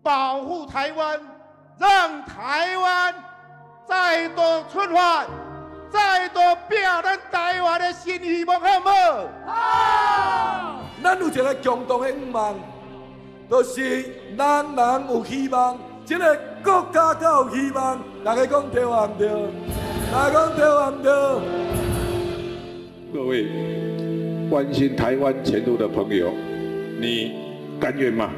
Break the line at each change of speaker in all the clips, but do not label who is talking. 保护台湾，让台湾再度出发，再度拼咱台湾的新希望，好唔好？
咱有一个共同的愿望，就是人人有希望，这个国家才有希望。大家讲对啊？唔对？大家讲对啊？唔对？
各位关心台湾前途的朋友，你甘愿吗？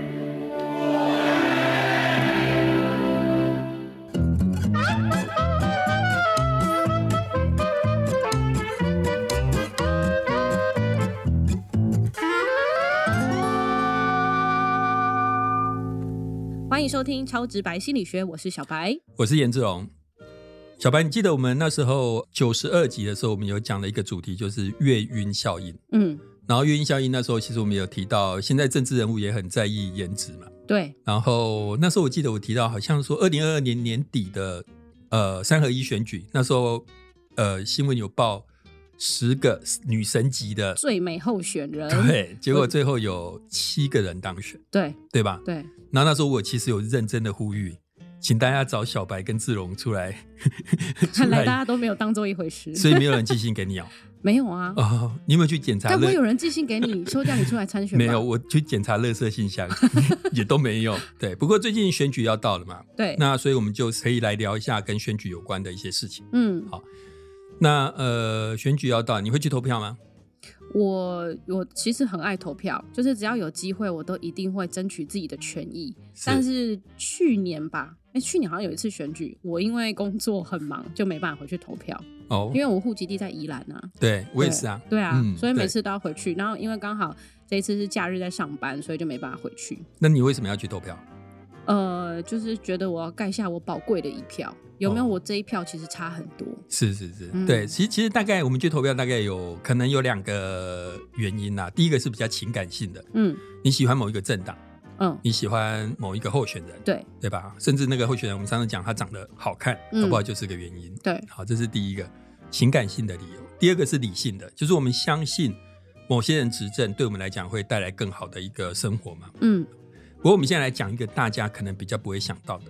欢迎收听《超直白心理学》，我是小白。
我是颜志龙。小白，你记得我们那时候九十二集的时候，我们有讲了一个主题，就是月晕效应。
嗯，
然后月晕效应那时候，其实我们有提到，现在政治人物也很在意颜值嘛。
对，
然后那时候我记得我提到，好像说二零二二年年底的呃三合一选举，那时候呃新闻有报十个女神级的，
最美候选人。
对，结果最后有七个人当选，
对
对吧？
对
然后那时候我其实有认真的呼吁，请大家找小白跟志荣出来，出
看来
来，
大家都没有当做一回事。
所以没有人寄信给 你哦。
没有啊，
哦，你有没有去检查
该
垃？
不会有人寄信给你，说叫你出来参选吧？
没有，，我去检查垃圾信箱 也都没有。对，不过最近选举要到了嘛，
对，
那所以我们就可以来聊一下跟选举有关的一些事情。
嗯，
那呃，选举要到，你会去投票吗？
我我其实很爱投票，就是只要有机会，我都一定会争取自己的权益。
是
但是去年吧，哎、去年好像有一次选举，我因为工作很忙，就没办法回去投票，
哦
因，为我户籍地在宜兰啊。
对我也是啊，
对啊，
嗯
所以每
对
次都要回去。然后因为刚好这一次是假日在上班，所以就没办法回去。
那你为什么要去投票？
呃，就是觉得我要盖下我宝贵的一票，有没有？
哦
我这一票其实差很多。
是是是，
嗯
对，其实其实大概我们去投票，大概有可能有两个原因啦、第一个是比较情感性的，
嗯
你喜欢某一个政党，
嗯，
你喜欢某一个候选人，
对
对吧？甚至那个候选人，我们上次讲他长得好看，
嗯
搞不好就是个原因。
对，
好，这是第一个情感性的理由。第二个是理性的，就是我们相信某些人执政对我们来讲会带来更好的一个生活嘛。
嗯
不过我们现在来讲一个大家可能比较不会想到的，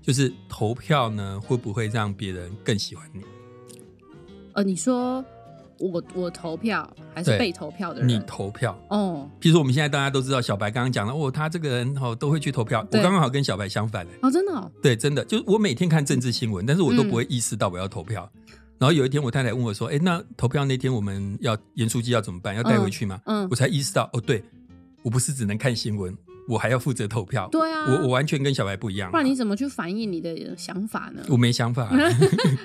就是投票呢会不会让别人更喜欢你？
呃，你说我我投票还是
对
被投票的人？
你投票。
哦
譬如说，我们现在大家都知道，小白刚刚讲了，哦，他这个人哦都会去投票。我
对
刚刚好跟小白相反的，
哦，真的哦，
对，真的，就是我每天看政治新闻，但是我都
嗯
不会意识到我要投票。然后有一天，我太太问我说：“哎，那投票那天我们要严书记要怎么办？要带回去吗？”
嗯
我，才意识到，哦，对，我不是只能看新闻，我还要负责投票。
对啊
我我完全跟小白不一样。啊
不然你怎么去反映你的想法呢？
我没想法、 啊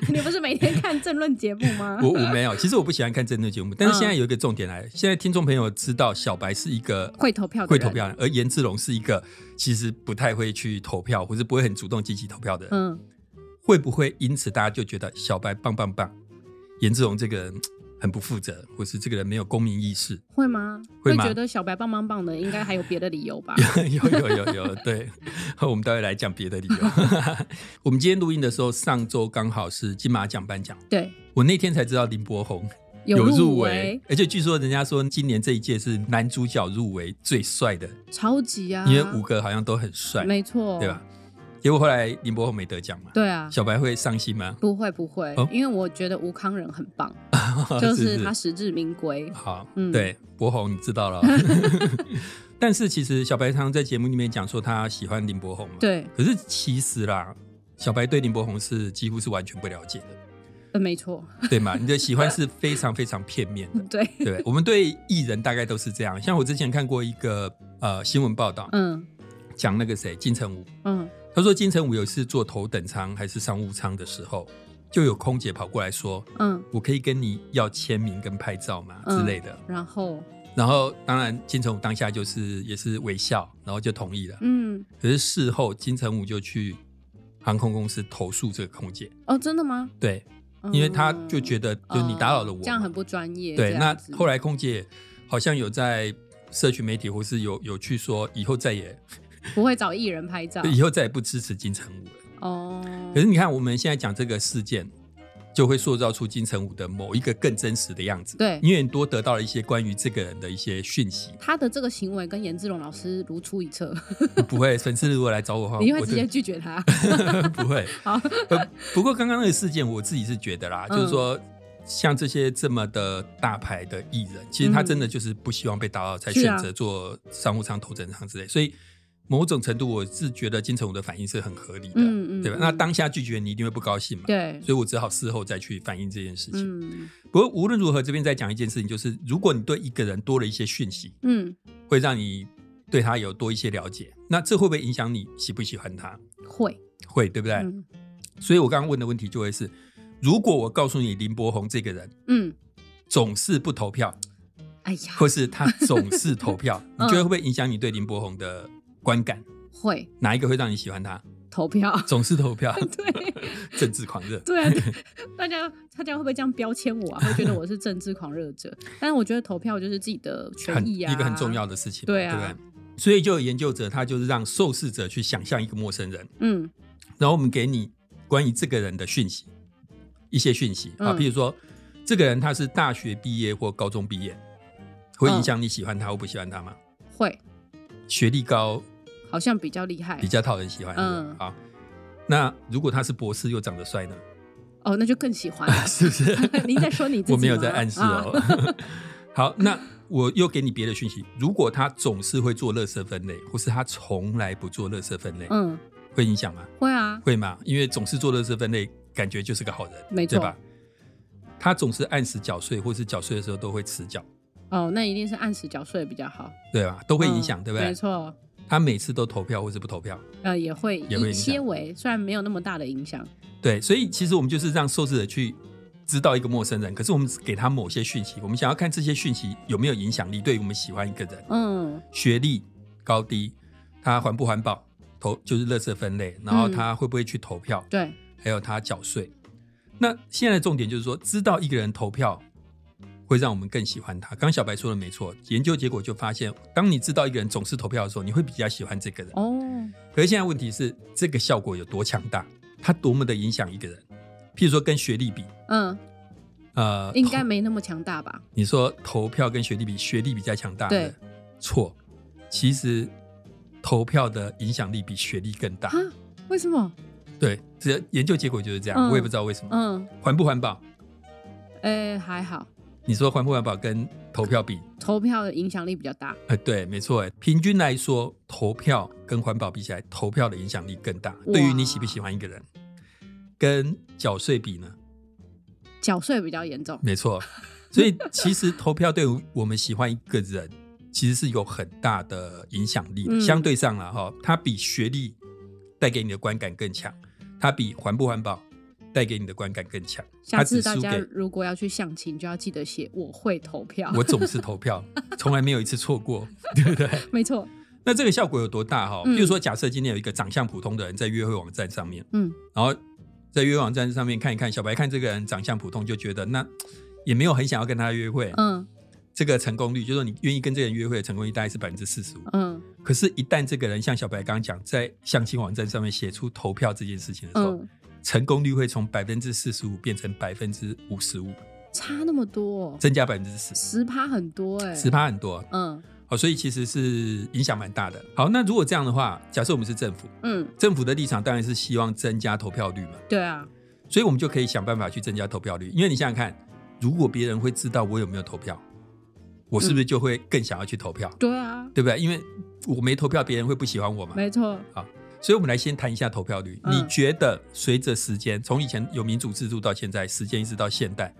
你不是每天看政论节目吗？
我我没有。其实我不喜欢看政治节目，但是现
嗯
在有一个重点来了，现在听众朋友知道小白是一个
会投票的人
会投票的人，而颜志龙是一个其实不太会去投票，或是不会很主动积极投票的人。
嗯，
会不会因此大家就觉得小白棒棒棒，颜志龙这个人嘖很不负责，或是这个人没有公民意识？
会吗？
会吗
觉得小白棒棒棒的，应该还有别的理由吧？
有有有有，对， 我们待会来讲别的理由。 我们今天录音的时候，上周刚好是金马奖颁奖，
对，
我那天才知道林柏宏
入
入围，，而且据说人家说今年这一届是男主角入围最帅的，
超级啊！
因为五个好像都很帅，
没错，
对吧？？结果后来林柏宏没得奖嘛，
对啊，
小白会伤心吗？
不会不会
哦，啊
因为我觉得吴康仁很棒，就是他实至名归。
好，
嗯
对，博宏你知道 了。 但是其实小白常常在节目里面讲说他喜欢林柏宏嘛，。
对，
可是其实啦，小白对林柏宏是几乎是完全不了解的，
呃，没错，
对吗？你的喜欢是非常非常片面的，
对，
对不对。我们对艺人大概都是这样，像我之前看过一个呃新闻报道，
嗯
讲那个谁金城武，
嗯，
他说金城武有一次坐头等舱还是商务舱的时候，就有空姐跑过来说
嗯，
我可以跟你要签名跟拍照吗之
嗯
类的。
然后
然后当然金城武当下就是也是微笑，然后就同意了。
嗯，
可是事后金城武就去航空公司投诉这个空姐，
哦，真的吗？
对，因为他就
得
觉得就你打扰了我嘛，
嗯哦这样很不专业。
对。
这
那
样子
后来空姐好像有在社群媒体或是有有去说，以后再也
不会找艺人拍 照
以后再也不支持金城武了。
哦。
可是你看我们现在讲这个事件，就会塑造出金城武的某一个更真实的样子。
对
你也多得到了一些关于这个人的一些讯息。
他的这个行为跟颜志龙老师如出一辙，
不会，粉丝如果来找我的话，
你会
哦我
直接拒绝 他。
就不会。
好，
呃，不过刚刚那个事件，我自己是觉得啦，
嗯
就是说，像这些这么的大牌的艺人，其实他真的就是不希望被打扰，才
是啊
选择做商务舱、头等舱之类。所以某种程度，我是觉得金城武的反应是很合理的，
嗯嗯
对吧
嗯？
那当下拒绝你一定会不高兴嘛，
对，
所以我只好事后再去反映这件事情。
嗯
不过无论如何，这边再讲一件事情，就是如果你对一个人多了一些讯息，
嗯，
会让你对他有多一些了解，那这会不会影响你喜不喜欢他？
会，
会，对不对？
嗯
所以我刚刚问的问题就会是：如果我告诉你林柏宏这个人
嗯，
总是不投 票，
哎呀，
或是他总是投 票，你
嗯
觉得会不会影响你对林柏宏的观感？
会
哪一个会让你喜欢他？
投票，
总是投票，
对。
政治狂热。
对啊，大家大家会不会这样标签我啊？会觉得我是政治狂热者？但是我觉得投票就是自己的权
很
益啊，
一个很重要。的事情嘛，
对啊
对不对？所以就有研究者，他就是让受试者去想象一个陌生人，
嗯
然后我们给你关于这个人的讯息，一些讯息啊，
嗯
譬如说这个人他是大学毕业或高中毕业，会影响你喜欢他或不喜欢他吗？
会
学历高
好像比较厉害
比较讨人喜欢，嗯
嗯，
好。那如果他是博士又长得 帅呢？。
哦，那就更喜欢了？
是不是
你在说你自己吗啊
我没有在暗示哦。 好，那我又给你别的讯息。如果他总是会做垃圾分类，或是他从来不做垃圾分类，
嗯，
会影响吗？
会啊，
会吗？因为总是做垃圾分类，感觉就是个好人，
没错
对吧？他总是按时缴税，或是缴税的时候都会迟缴，
哦，那一定是按时缴税比较好，
对吧？都会影响，
嗯
对不对？
没。错，
他每次都投票或是不投票，
呃，也会
也会影
一
响
些微，虽然没有那么大的影响。
对，所以其实我们就是让受试者去知道一个陌生人，可是我们只给他某些讯息，我们想要看这些讯息有没有影响力，对于我们喜欢一个人，
嗯
学历高低，他环不环保，投就是垃圾分类，然后
嗯
他会不会去投票，
对，
还有他缴税。那现在的重点就是说，知道一个人投票会让我们更喜欢他。刚刚小白说的没错，研究结果就发现，当你知道一个人总是投票的时候，你会比较喜欢这个人。
哦，
可是现在问题是，这个效果有多强大？它多么的影响一个人？譬如说跟学历比，
嗯，
呃，
应该
投
没那么强大 吧？
你说投票跟学历比，学历比较强大，
对，
错。其实投票的影响力比学历更大
啊，，为什么？
对，这研究结果就是这样，
嗯
我也不知道为什么。
嗯，
环不环保？
哎，还好，
你说环不环保跟投票比？
投票的影响力比较大。
呃，对，没错，哎平均来说，投票跟环保比起来，投票的影响力更大。对于你喜不喜欢一个人，跟缴税比呢？
缴税比较严重。
没错，所以其实投票对我们喜欢一个人，其实是有很大的影响力的。
嗯
相对上了哈，它比学历带给你的观感更强，它比环不环保带给你的观感更强。
下
它
次
只
大
输
家
给
如果要去相亲，就要记得写我会投票。
我总是投票， 从来没有一次错过，对不对？
没错，
那这个效果有多大哈？
嗯
比如说，假设今天有一个长相普通的人在约会网站上面，
嗯，
然后在约会网站上面看一看，小白看这个人长相普通，就觉得那也没有很想要跟他约会，
嗯
这个成功率，就是说你愿意跟这个人约会的成功率大概是百分之四十五。
嗯
可是，一旦这个人像小白刚刚讲，在相亲网站上面写出投票这件事情的时候，
嗯，
成功率会从百分之四十五变成百分之五十五，
差那么多、哦，
增加百分之十，
十趴很多哎、
十，趴很多。啊
嗯
好，所以其实是影响蛮大的。好，那如果这样的话，假设我们是政府，
嗯，
政府的立场当然是希望增加投票率嘛，
对啊，
所以我们就可以想办法去增加投票率。因为你想想看，如果别人会知道我有没有投票，我
嗯
是不是就会更想要去投票？
对啊，
对不对？因为我没投票，别人会不喜欢我嘛。
没错，
所以，我们来先谈一下投票率。
嗯
你觉得随着时间，从以前有民主制度到现在，时间一直到现代，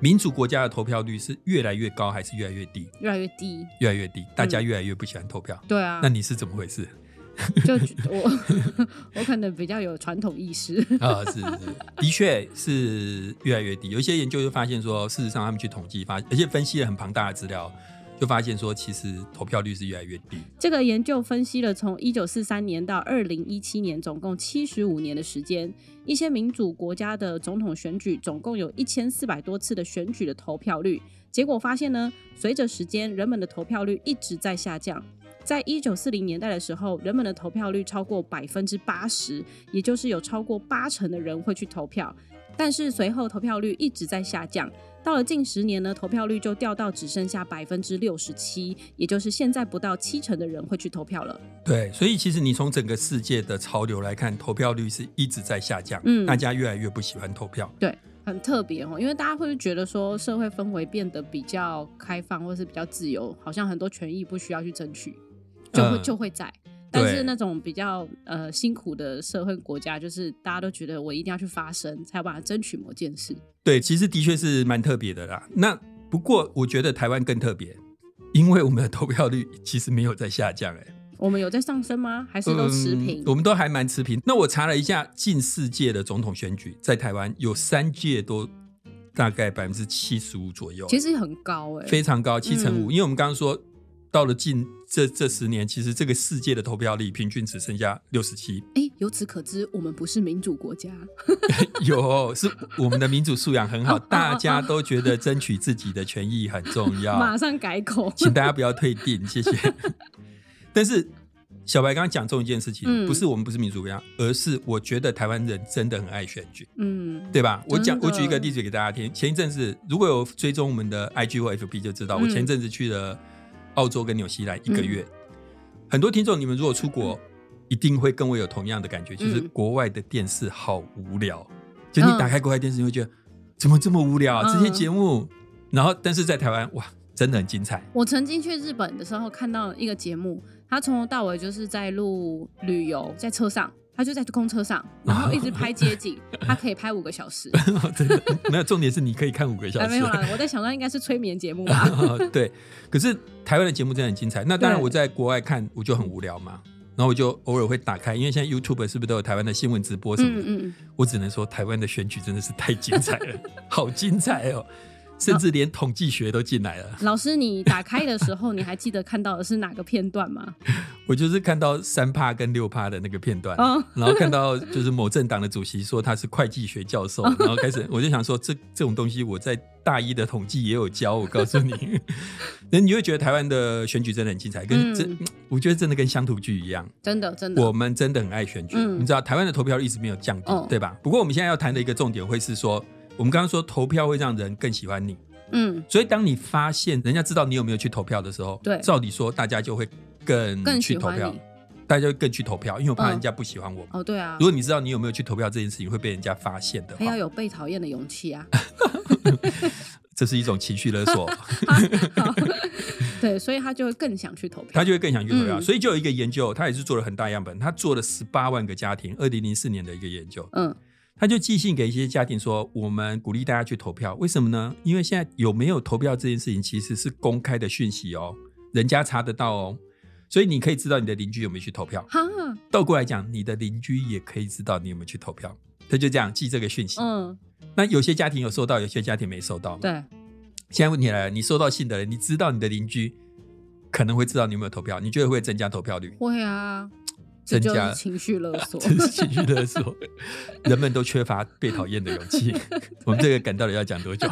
民主国家的投票率是越来越高，还是越来越低？
越来越低，
越来越低，
嗯
大家越来越不喜欢投票。
对啊
那，你是怎么回事？
就觉得我 我可能比较有传统意识，
啊，是是，的确是越来越低。有一些研究就发现说，事实上他们去统计发，而且分析了很庞大的资料，就发现说，其实投票率是越来越低。
这个研究分析了从一九四三年到二零一七年总共七十五年的时间，一些民主国家的总统选举总共有一千四百多次的选举的投票率。结果发现呢，随着时间，人们的投票率一直在下降。在一九四零年代的时候，人们的投票率超过百分之八十，也就是有超过八成的人会去投票。但是随后投票率一直在下降，到了近十年呢，投票率就掉到只剩下百分之六十七，也就是现在不到七成的人会去投票了。
对，所以其实你从整个世界的潮流来看，投票率是一直在下降，
嗯
大家越来越不喜欢投票。
对，很特别哦，因为大家会觉得说社会氛围变得比较开放，或是比较自由，好像很多权益不需要去争取，就会、
嗯
就会在。但
对
是那种比较呃辛苦的社会国家，就是大家都觉得我一定要去发声，才有办法争取某件事。
对，其实的确是蛮特别的啦。那不过我觉得台湾更特别，因为我们的投票率其实没有在下降、欸，哎，
我们有在上升吗？还是都持平？
我们嗯都还蛮持平。那我查了一下，近四届的总统选举，在台湾有三届都大概百分之七十五左右，
其实很高哎、
非常高，七成
嗯
五。因为我们刚刚说，到了近这这十年，其实这个世界的投票率平均只剩下六十七，
哎、由此可知，我们不是民主国家。
有是我们的民主素养很 好，
哦哦哦
大家都觉得争取自己的权益很重
马
要，
上改口。
请大家不要退订，谢谢。 但是小白刚刚讲中一件事情，
嗯
不是我们不是民主国家，而是我觉得台湾人真的很爱选举。
嗯，
对吧？我讲，
真的
我举一个例子给大家听。前一阵子，如果有追踪我们的 IG 或 FB 就知道，
嗯
我前一阵子去了澳洲跟纽西兰一个月。很多听众，你们如果出国，一定会跟我有同样的感觉，就是
嗯
国外的电视好无聊。就你打开国外电视，你会觉得怎么这么无聊啊？
嗯
这些节目，然后但是在台湾，哇，真的很精彩。
我曾经去日本的时候看到一个节目，他从头到尾就是在录旅游，在车上，他就在公车 上，然后一直拍街景，他可以拍五个小时。
真的，没有重点是你可以看五个小
哎，
时。
没有啦，我在想到应该是催眠节目 吧。
对，可是台湾的节目真的很精彩。那当然，
对
我在国外看我就很无聊嘛，然后我就偶尔会打开，因为现在 YouTube 是不是都有台湾的新闻直播什么
嗯
的？
嗯，
我只能说，台湾的选举真的是太精彩了， 好精彩哦！甚至连统计学都进来了。
老师，你打开的时候，你还记得看到的是哪个片段吗？
我就是看到三趴跟六趴的那个片段，
哦
然后看到就是某政党的主席说他是会计学教
嗯
授，然后 开始我就想说这这种东西我在大一的统计也有教，我告诉你， 那你会觉得台湾的选举真的很精彩，跟
嗯
真、我觉得真的跟乡土剧一样，
真的真的，
我们真的很爱选举，
嗯
你知道台湾的投票率一直没有降低，
哦
对吧？不过我们现在要谈的一个重点会是说，我们刚刚说投票会让人更喜欢你，
嗯，
所以当你发现人家知道你有没有去投票的时候，
对
照理说大家就会更
更
去
喜
投
欢
票
你。。
大家会更去投票，因为我怕
嗯
人家不喜欢我嘛。
哦，对啊
如，果你知道你有没有去投票这件事情会被人家发现的
还
话
要，有被讨厌的勇气 啊。
这是一种情绪勒 索，
好对，所以他就会更想去投票
他。就会更想去投票。
嗯
所以就有一个研究，他也是做了很大样本，他做了十八万个家庭，二零零四年的一个研究，
嗯，
他就寄信给一些家庭说，我们鼓励大家去投票，为什么呢？因为现在有没有投票这件事情其实是公开的讯息哦，人家查得到哦，所以你可以知道你的邻居有没有去投票。
哈，
倒过来讲，你的邻居也可以知道你有没有去投票。他就这样寄这个讯息，
嗯，
那有些家庭有收到，有些家庭没收到嘛。
对，
现在问题来了，你收到信的人，你知道你的邻居可能会知道你有没有投票，你觉得会增加投票率？
会啊，这
增
就
加
是情绪勒 索。
这是情绪勒索，人们都缺乏被讨厌的勇气。 我们这个梗到底要讲多久？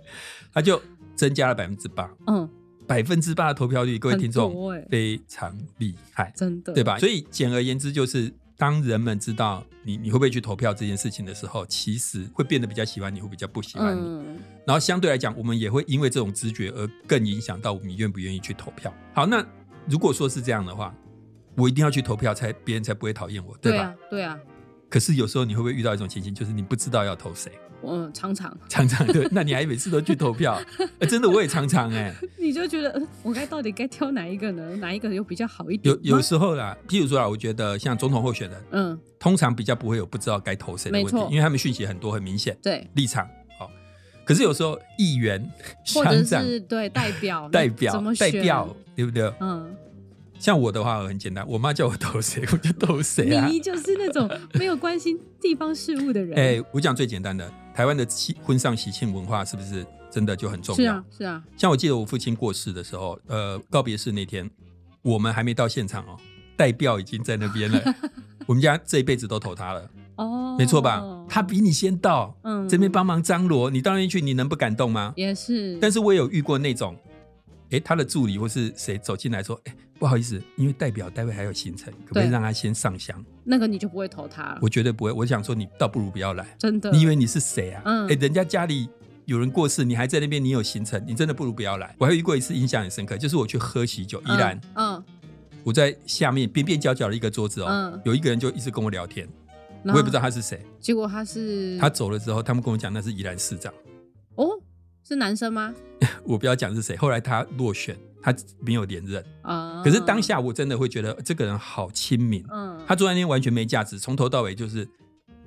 它就增加了百分之八，
嗯，
百分之八的投票率，各位听
很
众
多欸
非常厉害，
真的，
对？吧？所以简而言之，就是当人们知道你你会不会去投票这件事情的时候，其实会变得比较喜欢你，会比较不喜欢你。
嗯，
然后相对来讲，我们也会因为这种直觉而更影响到我们愿不愿意去投票。好，那如果说是这样的话，我一定要去投票才，别人才不会讨厌我，对
对
吧？
啊，对啊，
可是有时候你会不会遇到一种情形，就是你不知道要投谁，
嗯，常常
常常对， 那你还每次都去投票？呃真的，我也常常哎、
你就觉得呃我该到底该挑哪一个呢？哪一个又比较好一点
有
吗？
有时候啦，譬如说啦，我觉得像总统候选人，
嗯，
通常比较不会有不知道该投谁的问
没
题，
错
因为他们讯息很多，很明显
对，
立场。好、可是有时候议员、
或者
乡长、
是对代 表
代表
怎么、
代
选？
表，对不对？
嗯，
像我的话，我很简单，我妈叫我投谁，我就投谁啊
你。就是那种没有关心地方事务的人，
哎、我讲最简单的，台湾的喜婚丧喜庆文化是不是真的就很重
是
要？
啊，是啊，
像我记得我父亲过世的时候，呃，告别式那天，我们还没到现场哦，代表已经在那 边了。我们家这一辈子都投他了，
哦，
没错吧？他比你先到，
嗯
这边帮忙张罗，你到那边去，你能不感动吗？
也是，
但
是
是我也有遇过那种，哎，他的助理或是谁走进来说，哎，不好意思，因为代表待会还有行程，可不可以
对嗯
让他先上香？
那个你就不会投他了
我，绝对不会。我想说，你倒不如不要来。
真的。
你以为你是谁啊？
嗯
哎、人家家里有人过世，你还在那边，你有行程，你真的不如不要来。我还有遇过一次印象很深刻，就是我去喝喜酒，依
嗯
然、
嗯，
我在下面边边角角的一个桌子哦，
嗯
有一个人就一直跟我聊天，我
然后嗯
也不知道他是谁。
结果他是
他走了之后，他们跟我讲那是宜兰市长，
哦，是男生吗？
我不要讲是谁。后来他落选，他没有连任。
啊，
可是当下我真的会觉得呃这个人好亲民，
嗯，
他坐在那边完全没价值，从头到尾就是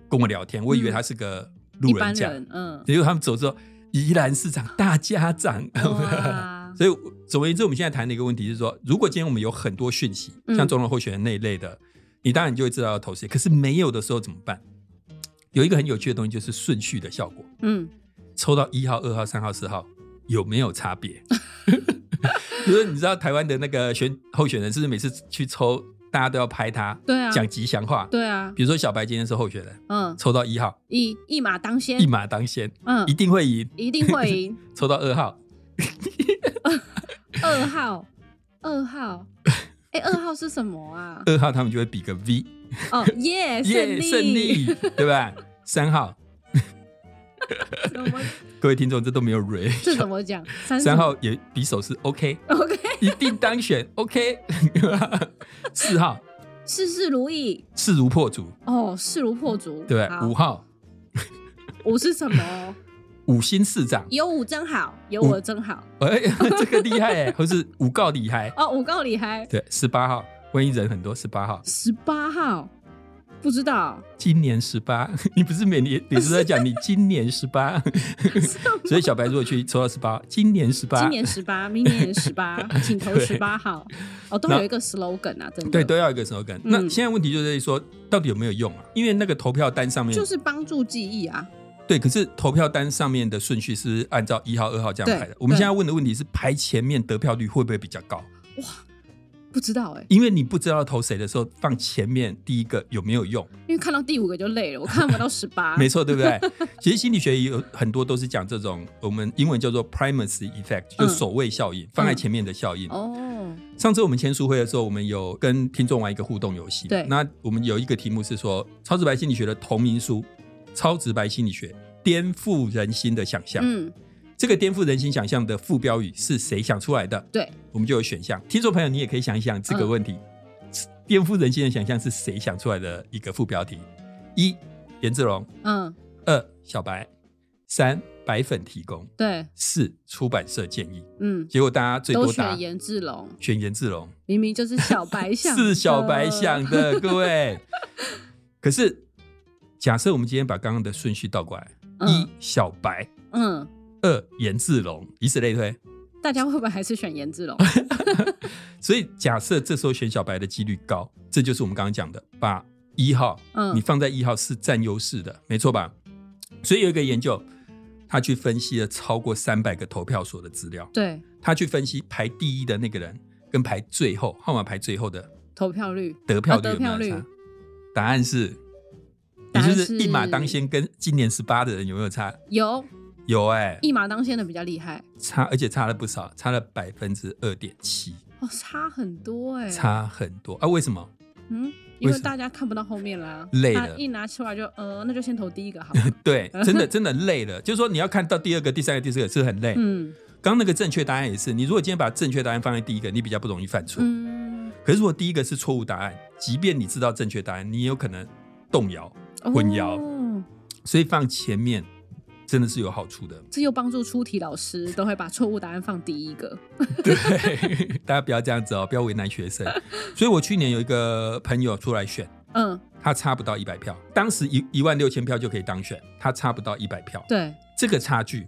跟我聊天，我以为他是个
嗯一
路
般
人甲。
人，嗯，
结果他们走之后，宜兰市长大家长。
哇
所以总而言之，我们现在谈的一个问题是说，如果今天我们有很多讯息，
嗯
像总统候选人那一类的，你当然你就会知道要投谁。可是没有的时候怎么办？有一个很有趣的东西，就是顺序的效果。
嗯，
抽到一号、二号、三号、四号有没有差别？ 比如说，你知道台湾的那个选候选人，是不是每次去抽，大家都要拍他，
对啊
讲吉祥话。
对啊，
比如说小白今天是候选人，
嗯，
抽到一号，
一一马当先，
一马当先，
嗯
一，定会赢。
一定会 赢。
抽到二号，
二号，二 号，哎，二号是什么啊？
二号他们就会比个 V，
哦，耶，
耶，胜利，对吧？三号，
怎么
各位听众，这都没有蕊。
这怎么讲？三
三号也比手是 OK，
，OK，
一定当选 OK。四号
事事如意，
势如破竹，
哦，势如破竹，
对
好
吧？五号
五是什么？
五星市长，
有五真好，有我真好，
哎，这个厉害哎， 或是五告厉害。
哦，五够厉害，
对，十八号，万一人很多，十八号，
十八号，不知道，
今年十八， 你不是 每年每次都在讲你今年十八， 所以小白如果去抽到十八，今年十八，
今年十八，明年也十 八，请投
对
十八号，哦，都
那
有一个 slogan 啊，真的，
对，都要有一个 slogan。那
嗯
现在问题就在于说，到底有没有用啊？因为那个投票单上面，
就是帮助记忆啊，
对，可是投票单上面的顺序是按照一号、二号这样排的
对。
我们现在问的问题是，排前面得票率会不会比较高？
不知道哎、
因为你不知道投谁的时候，放前面第一个有没有用？
因为看到第五个就累了，我看不到十八，
没错，对 不对？其实心理学也有很多都是讲这种，我们英文叫做 primacy effect，就
嗯
首位效应，放在前面的效应。
哦，
上次我们签书会的时候，我们有跟听众玩一个互动游戏。
对
那我们有一个题目是说，超直白心理学的同名书《超直白心理学：颠覆人心的想象》。
嗯，
这个颠覆人心想象的副标语是谁想出来的？
对，嗯
我们就有选项。听众朋友，你也可以想一想这个问题：颠覆人心的想象是谁想出来的一个副标题？一颜志龙，
嗯，
二小白，三白粉提供，
对，
四出版社建议。
嗯，
结果大家最
都
多答
选颜志龙，
选颜志龙，
明明就是小白 象，
是小白想，的，各位。可是，假设我们今天把刚刚的顺序倒过来，一
嗯
小白，
嗯，
二颜志龙，以此类推。
大家会不会还是选颜志龙？啊
所以，假设这时候选小白的几率高，这就是我们刚刚讲的，把一号，
嗯
你放在一号是占优势的，没错吧？所以有一个研究，他去分析了超过三百个投票所的资 料，
对，
他去分析排第一的那个人跟排最后号码排最后的
投票率，
得票
啊
率
得
有没
票
有
率
差？答案是，
答
也
案
就是是一马当先，跟今年十八的人有没有差？
有
有哎、
一马当先的比较厉害，
差而且差了不少，差了百分之二点七，
哦，差很多哎、，
差很多啊！为什么？
嗯，因为
为什么
大家看不到后面啦，
累
他
了
一拿出来就呃，那就先投第一个 好了，
对，真的真的累了，就是说你要看到第二个、第三个、第四个是很累。
嗯
刚刚那个正确答案也是，你如果今天把正确答案放在第一个，你比较不容易犯错。
嗯，
可是如果第一个是错误答案，即便你知道正确答案，你也有可能动摇、混淆，
哦
所以放前面真的是有好处的。
这又帮助出题老师都会把错误答案放第一个，
对， 大家不要这样子哦，不要为难学生。所以我去年有一个朋友出来选，
嗯，
他差不到一百票，当时一一万六千票就可以当选，他差不到一百票，
对，
这个差距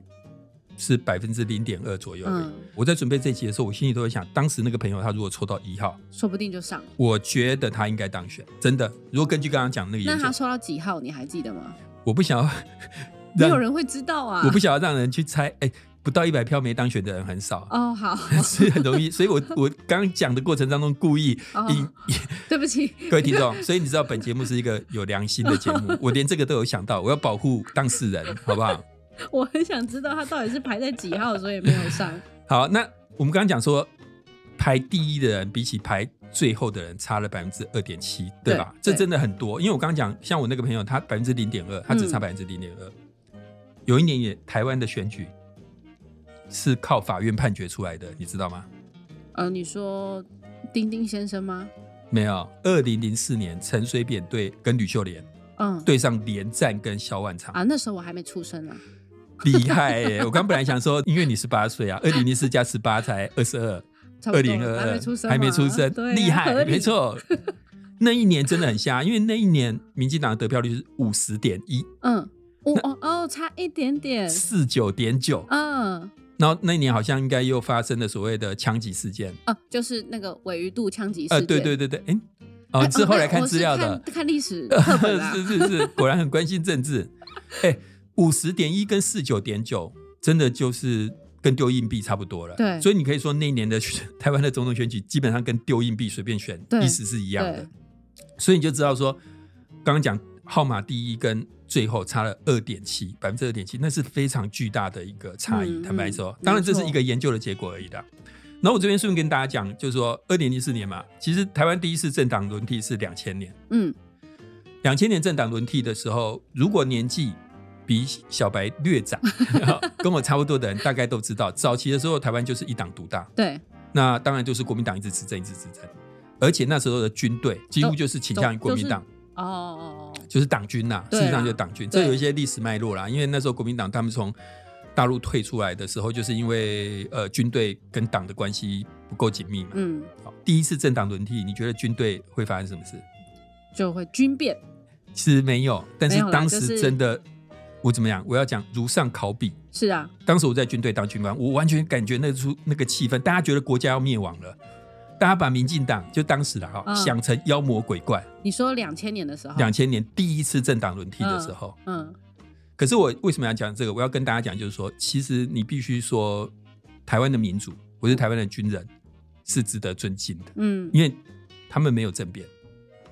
是百分之零点二左右而已。
嗯
我在准备这一集的时候，我心里都会想，当时那个朋友他如果抽到一号，
说不定就上了。
我觉得他应该当选，真的。如果根据刚刚讲的那个
那
研
他
究，
抽到几号？你还记得吗？
我不想要
没
让
有人会知道啊。
我不想要让人去猜，哎、不到一百票没当选的人很少。
哦，好，
所以很容易，所以我我刚刚讲的过程当中故意
哦
引、
对不起，
各位听众，所以你知道本节目是一个有良心的节 目，我连这个都有想到，我要保护当事人，好不好？
我很想知道他到底是排在几号，所以没有上。
好，那我们刚刚讲说，排第一的人比起排最后的人差了百分之二点七，对吧？
对
这真的很多，因为我刚刚讲，像我那个朋友，他百分之零点二，他只差
嗯
百分之零点二。有一年也台湾的选举是靠法院判决出来的，你知道吗？
呃，你说丁丁先生吗？
没有，二零零四年陈水扁对跟吕秀莲
嗯，
对上连战跟萧万长，
啊，那时候我还没出生啊。
厉害耶、我刚本来想说，因为你十八岁啊，二零零四加十八才二十二，
差不多
二零二
还没
二
出生嘛，
还没出生
对啊，
厉害，
合
没。
理
错。那一年真的很瞎，因为那一年民进党的得票率是五十点一，
嗯，哦哦哦，差一点点。
四九点九。
嗯，
然后那一年好像应该又发生了所谓的枪击事件，
哦，就是那个尾鱼肚枪击事
呃，
件。
对对对对，哎、
哎，
哦，是后来
对
看
我
资料的
看，看历史课本啊。
是是是，果然很关心政治。哎，五十点一跟四九点九，真的就是跟丢硬币差不多了。
对
所以你可以说那一年的选 台湾的总统选举，基本上跟丢硬币随便选
对
意思是一样的
对。
所以你就知道说，刚刚讲号码第一跟最后差了二点七百分之二点七，那是非常巨大的一个差异。
嗯
坦白说
嗯，
当然这
没
是
错
一个研究的结果而已的。然后我这边顺便跟大家讲，就是说，二零零四年嘛，其实台湾第一次政党轮替是两千年，
嗯，
两千年政党轮替的时候，如果年纪比小白略长， 跟我差不多的人，大概都知道，早期的时候台湾就是一党独大，
对，
那当然就是国民党一直执政，一直执政，而且那时候的军队几乎就是倾向于国民党。
哦哦哦哦，
就是党军呐、
对
事
啊
实上就是党军，
对
这有一些历史脉络啦。因为那时候国民党他们从大陆退出来的时候，就是因为呃军队跟党的关系不够紧密嘛。
嗯，
好，第一次政党轮替，你觉得军队会发生什么事？
就会军变。
其实没有，但是
没有啦
当
就
时
是
真的，我怎么样？我要讲如上考比。
是啊，
当时我在军队当军官，我完全感觉那出那个气氛，大家觉得国家要灭亡了，大家把民进党就当时了哈、
嗯
想成妖魔鬼怪。
你说两千年的时候，
两千年第一次政党轮替的时候，
嗯，
可是我为什么要讲这个？我要跟大家讲，就是说，其实你必须说，台湾的民主或是台湾的军人是值得尊敬的，
嗯
因为他们没有政变，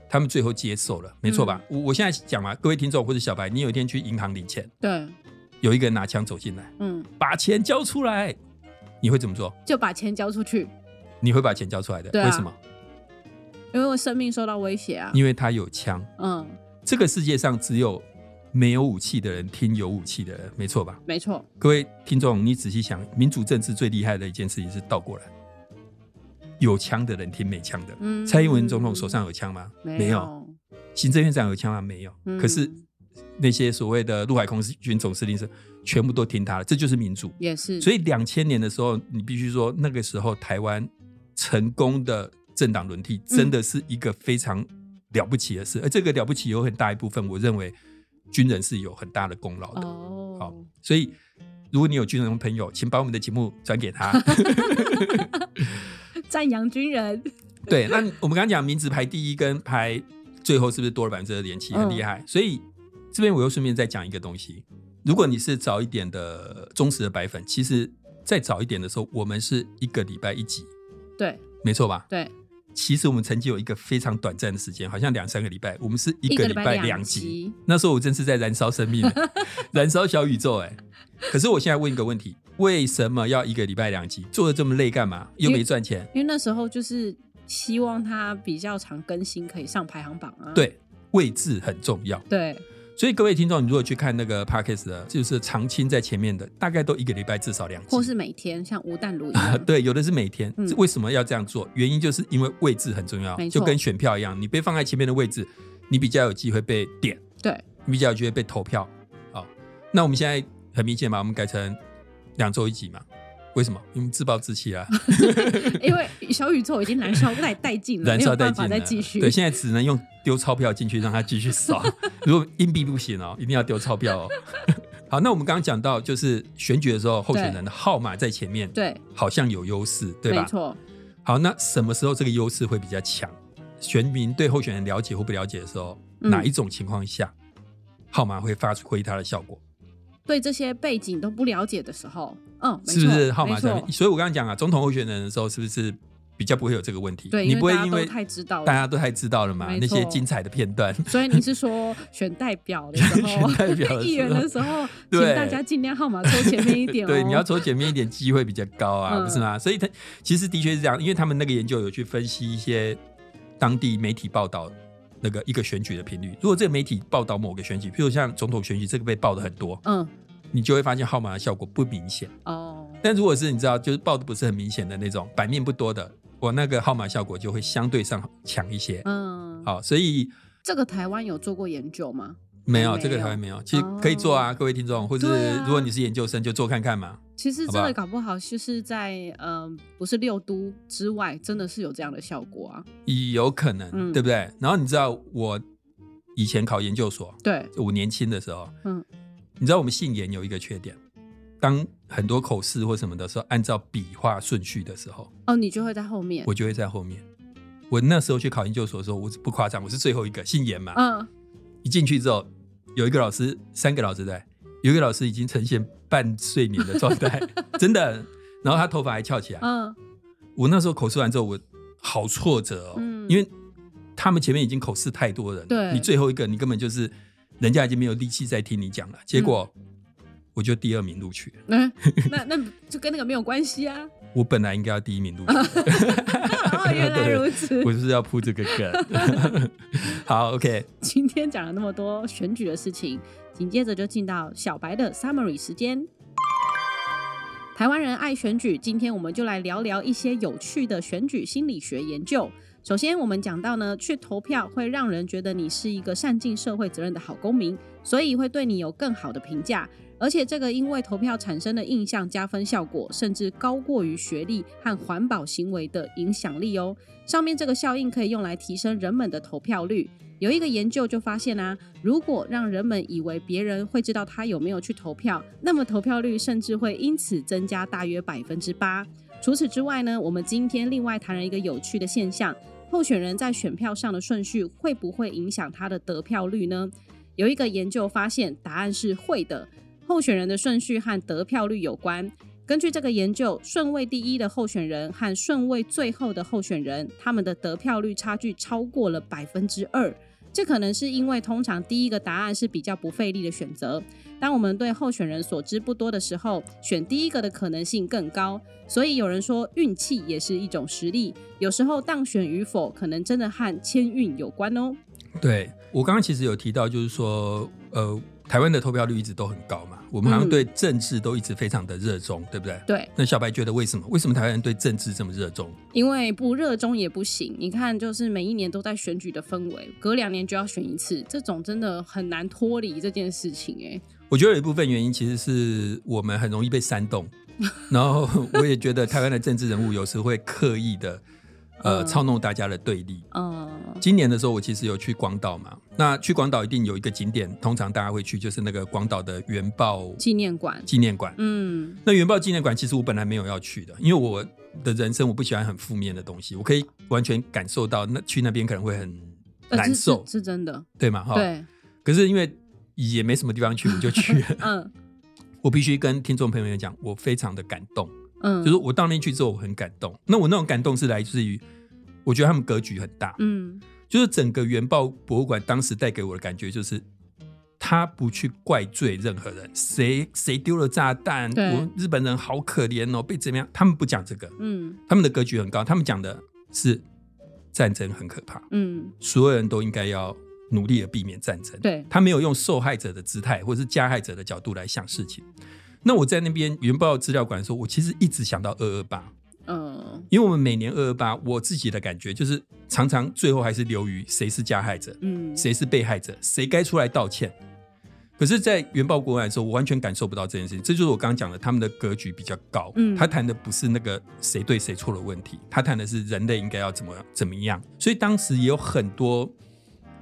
他们最后接受了，没错吧？
嗯
我我现在讲嘛，各位听众或者小白，你有一天去银行领钱，
对，
有一个人拿枪走进来，
嗯，
把钱交出来，你会怎么做？
就把钱交出去，
你会把钱交出来的，
对啊
为什么？
因为我生命受到威胁啊。
因为他有枪。
嗯，
这个世界上只有没有武器的人听有武器的人，没错吧？
没错，
各位听众，你仔细想，民主政治最厉害的一件事情是倒过来，有枪的人听没枪的。
嗯
蔡英文总统手上有枪吗？
没
有。，行政院长有枪吗？没有。
嗯
可是那些所谓的陆海空军总司令是全部都听他的，这就是民主。
也是，
所
以
以两千年的时候，你必须说那个时候台湾成功的政党轮替，真
嗯
的是一个非常了不起的事。而这个了不起有很大一部分，我认为军人是有很大的功劳的。
哦，
好，所以如果你有军人朋友，请把我们的节目转给他。
赞扬军人，
对，那我们刚刚讲名字排第一跟排最后是不是多了百分之二点七？很厉害。所以这边我又顺便再讲一个东西，如果你是早一点的忠实的白粉，其实再早一点的时候，我们是一个礼拜一集，
对
没错吧？
对，
其实我们曾经有一个非常短暂的时间，好像两三个礼拜，我们是一个礼拜两集。，那时候我真是在燃烧生 命，燃烧小宇宙哎、可是我现在问一个问题：为什么要一个礼拜两集？做的这么累干嘛？又没赚钱。
因为那时候就是希望它比较常更新，可以上排行榜啊。
对，位置很重要。
对，
所以各位听众，你如果去看那个 podcast 的，就是常青在前面的，大概都一个礼拜至少两集，
或是每天像吴淡如一
啊，
样，
对，有的是每天。
嗯
这为什么要这样做？原因就是因为位置很重要，
没错
就跟选票一样，你被放在前面的位置，你比较有机会被点，
对，
你比较有机会被投票。好，那我们现在很明显嘛，我们改成两周一集嘛。为什么？因为自暴自弃啊，
因为小宇宙已经燃烧殆殆尽了，
燃
没
烧
有
殆
办法
尽
再
了。
继续。
对，现在只能用丢钞票进去让它继续 烧。如果硬币不行哦，一定要丢钞票哦。 好，那我们刚刚讲到，就是选举的时候，候选人的号码在前面，
对
好像有优势，对吧？
没错，
好，那什么时候这个优势会比较强？选民对候选人了解或不了解的时候，
嗯
哪一种情况下号码会发挥它的效果？
对这些背景都不了解的时候，嗯，没错
是不是号码
没
在
错
面？所以我刚刚讲啊，总统候选人的时候，是不是比较不会有这个问题。
对，
你不会
大家
因
都
为
太知道
大
了。
家都太知道了嘛，
没
那些
错
精彩的片段。
所以你是说选代表的时候，
选代表的时候
议员的时候，请
对
大家尽量号码抽前面一点哦。
对，你要走前面一点，机会比较高啊，
嗯
不是吗？所以他其实的确是这样，因为他们那个研究有去分析一些当地媒体报道那个一个选举的频率。如果这个媒体报道某个选举，譬如像总统选举，这个被报的很多，
嗯
你就会发现号码的效果不明显。
哦，
但如果是你知道，就是报的不是很明显的那种，版面不多的，我那个号码效果就会相对上强一些。
嗯，
好，所以
这个台湾有做过研究吗？
没
没
有
有
这个台湾没有，其实可以做啊，各位听众，或者
对啊
如果你是研究生就做看看嘛。
其实
好
真
吧
的搞不好就是在呃，不是六都之外，真的是有这样的效果啊。
有可能，
嗯
对不对？然后你知道我以前考研究所，
对，
我年轻的时候，
嗯，
你知道我们姓研有一个缺点，当很多口试或什么的时候，按照笔画顺序的时候，
哦，你就会在后面
我。就会在后面。我那时候去考研究所的时候，我不夸张，我是最后一个姓研嘛。
嗯，
一进去之后，有一个老师，三个老师在，有一个老师已经呈现半睡眠的状 态，真的。然后他头发还翘起来，
嗯，
我那时候口试完之后，我好挫折哦，
嗯
因为他们前面已经口试太多人了，
对
你最后一个，你根本就是人家已经没有力气再听你讲了。结果、我就第二名录取了，
嗯， 那那就跟那个没有关系啊。
我本来应该要第一名录取的，
哦，原来如此。
我就是要铺这个梗。 好，OK，
今天讲了那么多选举的事情，紧接着就进到小白的 summary 时间。台湾人爱选举，今天我们就来聊聊一些有趣的选举心理学研究。首先，我们讲到呢，去投票会让人觉得你是一个善尽社会责任的好公民，所以会对你有更好的评价。而且，这个因为投票产生的印象加分效果，甚至高过于学历和环保行为的影响力哦。上面这个效应可以用来提升人们的投票率。有一个研究就发现啊，如果让人们以为别人会知道他有没有去投票，那么投票率甚至会因此增加大约百分之八。除此之外呢，我们今天另外谈了一个有趣的现象：候选人在选票上的顺序会不会影响他的得票率呢？有一个研究发现，答案是会的。候选人的顺序和得票率有关。根据这个研究，顺位第一的候选人和顺位最后的候选人，他们的得票率差距超过了百分之二。这可能是因为通常第一个答案是比较不费力的选择。当我们对候选人所知不多的时候，选第一个的可能性更高。所以有人说，运气也是一种实力。有时候当选与否，可能真的和签运有关哦。
对我刚刚其实有提到，就是说，呃，台湾的投票率一直都很高嘛，我们好像
嗯
对政治都一直非常的热衷，对不对？
对，
那小白觉得为什么？为什么台湾人对政治这么热衷？
因为不热衷也不行。你看，就是每一年都在选举的氛围，隔两年就要选一次，这种真的很难脱离这件事情、欸。
我觉得有一部分原因其实是我们很容易被 煽动，然后我也觉得台湾的政治人物有时会刻意的呃
嗯
操弄大家的对立。
嗯，
今年的时候，我其实有去广岛嘛，那去广岛一定有一个景点，通常大家会去，就是那个广岛的原爆
纪念馆，
纪念馆。
嗯
那原爆纪念馆其实我本来没有要去的，因为我的人生我不喜欢很负面的东西，我可以完全感受到那去那边可能会很
呃
难
是是
受，
是真的，
对吗？哈。
对，
可是因为也没什么地方去，我就去了。
嗯
我必须跟听众朋友们讲，我非常的感动，
嗯，
就是我到那边去之后，我很感动。那我那种感动是来自于，我觉得他们格局很大，
嗯
就是整个原爆博物馆当时带给我的感觉就是。他不去怪罪任何人，谁谁丢了炸弹，
对
我日本人好可怜哦，被怎么样？他们不讲这个，
嗯
他们的格局很高，他们讲的是战争很可怕，
嗯，
所有人都应该要努力的避免战争。
对
他没有用受害者的姿态或者是加害者的角度来想事情。那我在那边原爆资料馆的时候，我其实一直想到二二八，
呃
因为我们每年二二八，我自己的感觉就是常常最后还是流于谁是加害者，
嗯，
谁是被害者，谁该出来道歉。可是，在原爆国外的时候，我完全感受不到这件事情。这就是我刚刚讲的，他们的格局比较高。
嗯
他谈的不是那个谁对谁错的问题，他谈的是人类应该要怎么怎么样。所以当时也有很多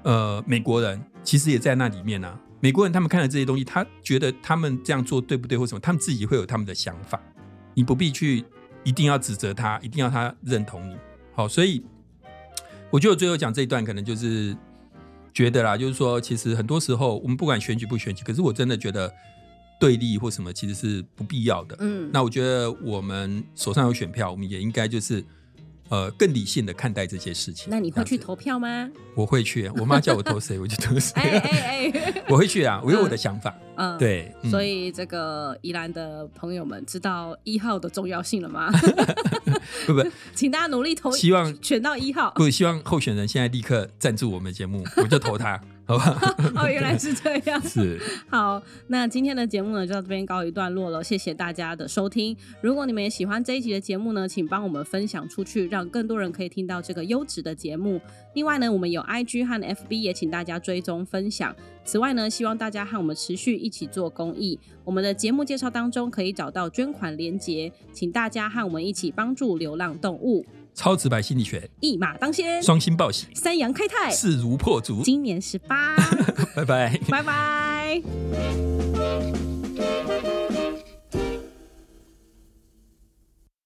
呃美国人，其实也在那里面啊。美国人他们看了这些东西，他觉得他们这样做对不对或什么，他们自己会有他们的想法。你不必去一定要指责他，一定要他认同你。好，所以我觉得我最后讲这一段，可能就是觉得啦，就是说，其实很多时候我们不管选举不选举，可是我真的觉得对立或什么其实是不必要的。
嗯
那我觉得我们手上有选票，我们也应该就是。呃更理性的看待这些事情。
那你会去
这样子？
投票吗？
我会去，啊我妈叫我投谁，我就投谁。
哎哎哎，
我会去啊，我有我的想法。
嗯，。
对，嗯
所以这个宜兰的朋友们知道一号的重要性了 吗？
不不
请大家努力投，
希望
选到一 号。
不希望候选人现在立刻赞助我们的节目，我就投他，好吧？
哦，原来是这样。
是，
好，那今天的节目呢就到这边告一段落了，谢谢大家的收听。如果你们也喜欢这一集的节目呢，请帮我们分享出去，让更多人可以听到这个优质的节目。另外呢，我们有 IG 和 FB，也请大家追踪分享。此外呢，希望大家和我们持续一起做公益。我们的节目介绍当中可以找到捐款连结，请大家和我们一起帮助流浪动物，
超直白心理学，
一马当先，
双星报喜，
三羊开泰，
势如破竹。
今年十八，
拜拜。
拜拜。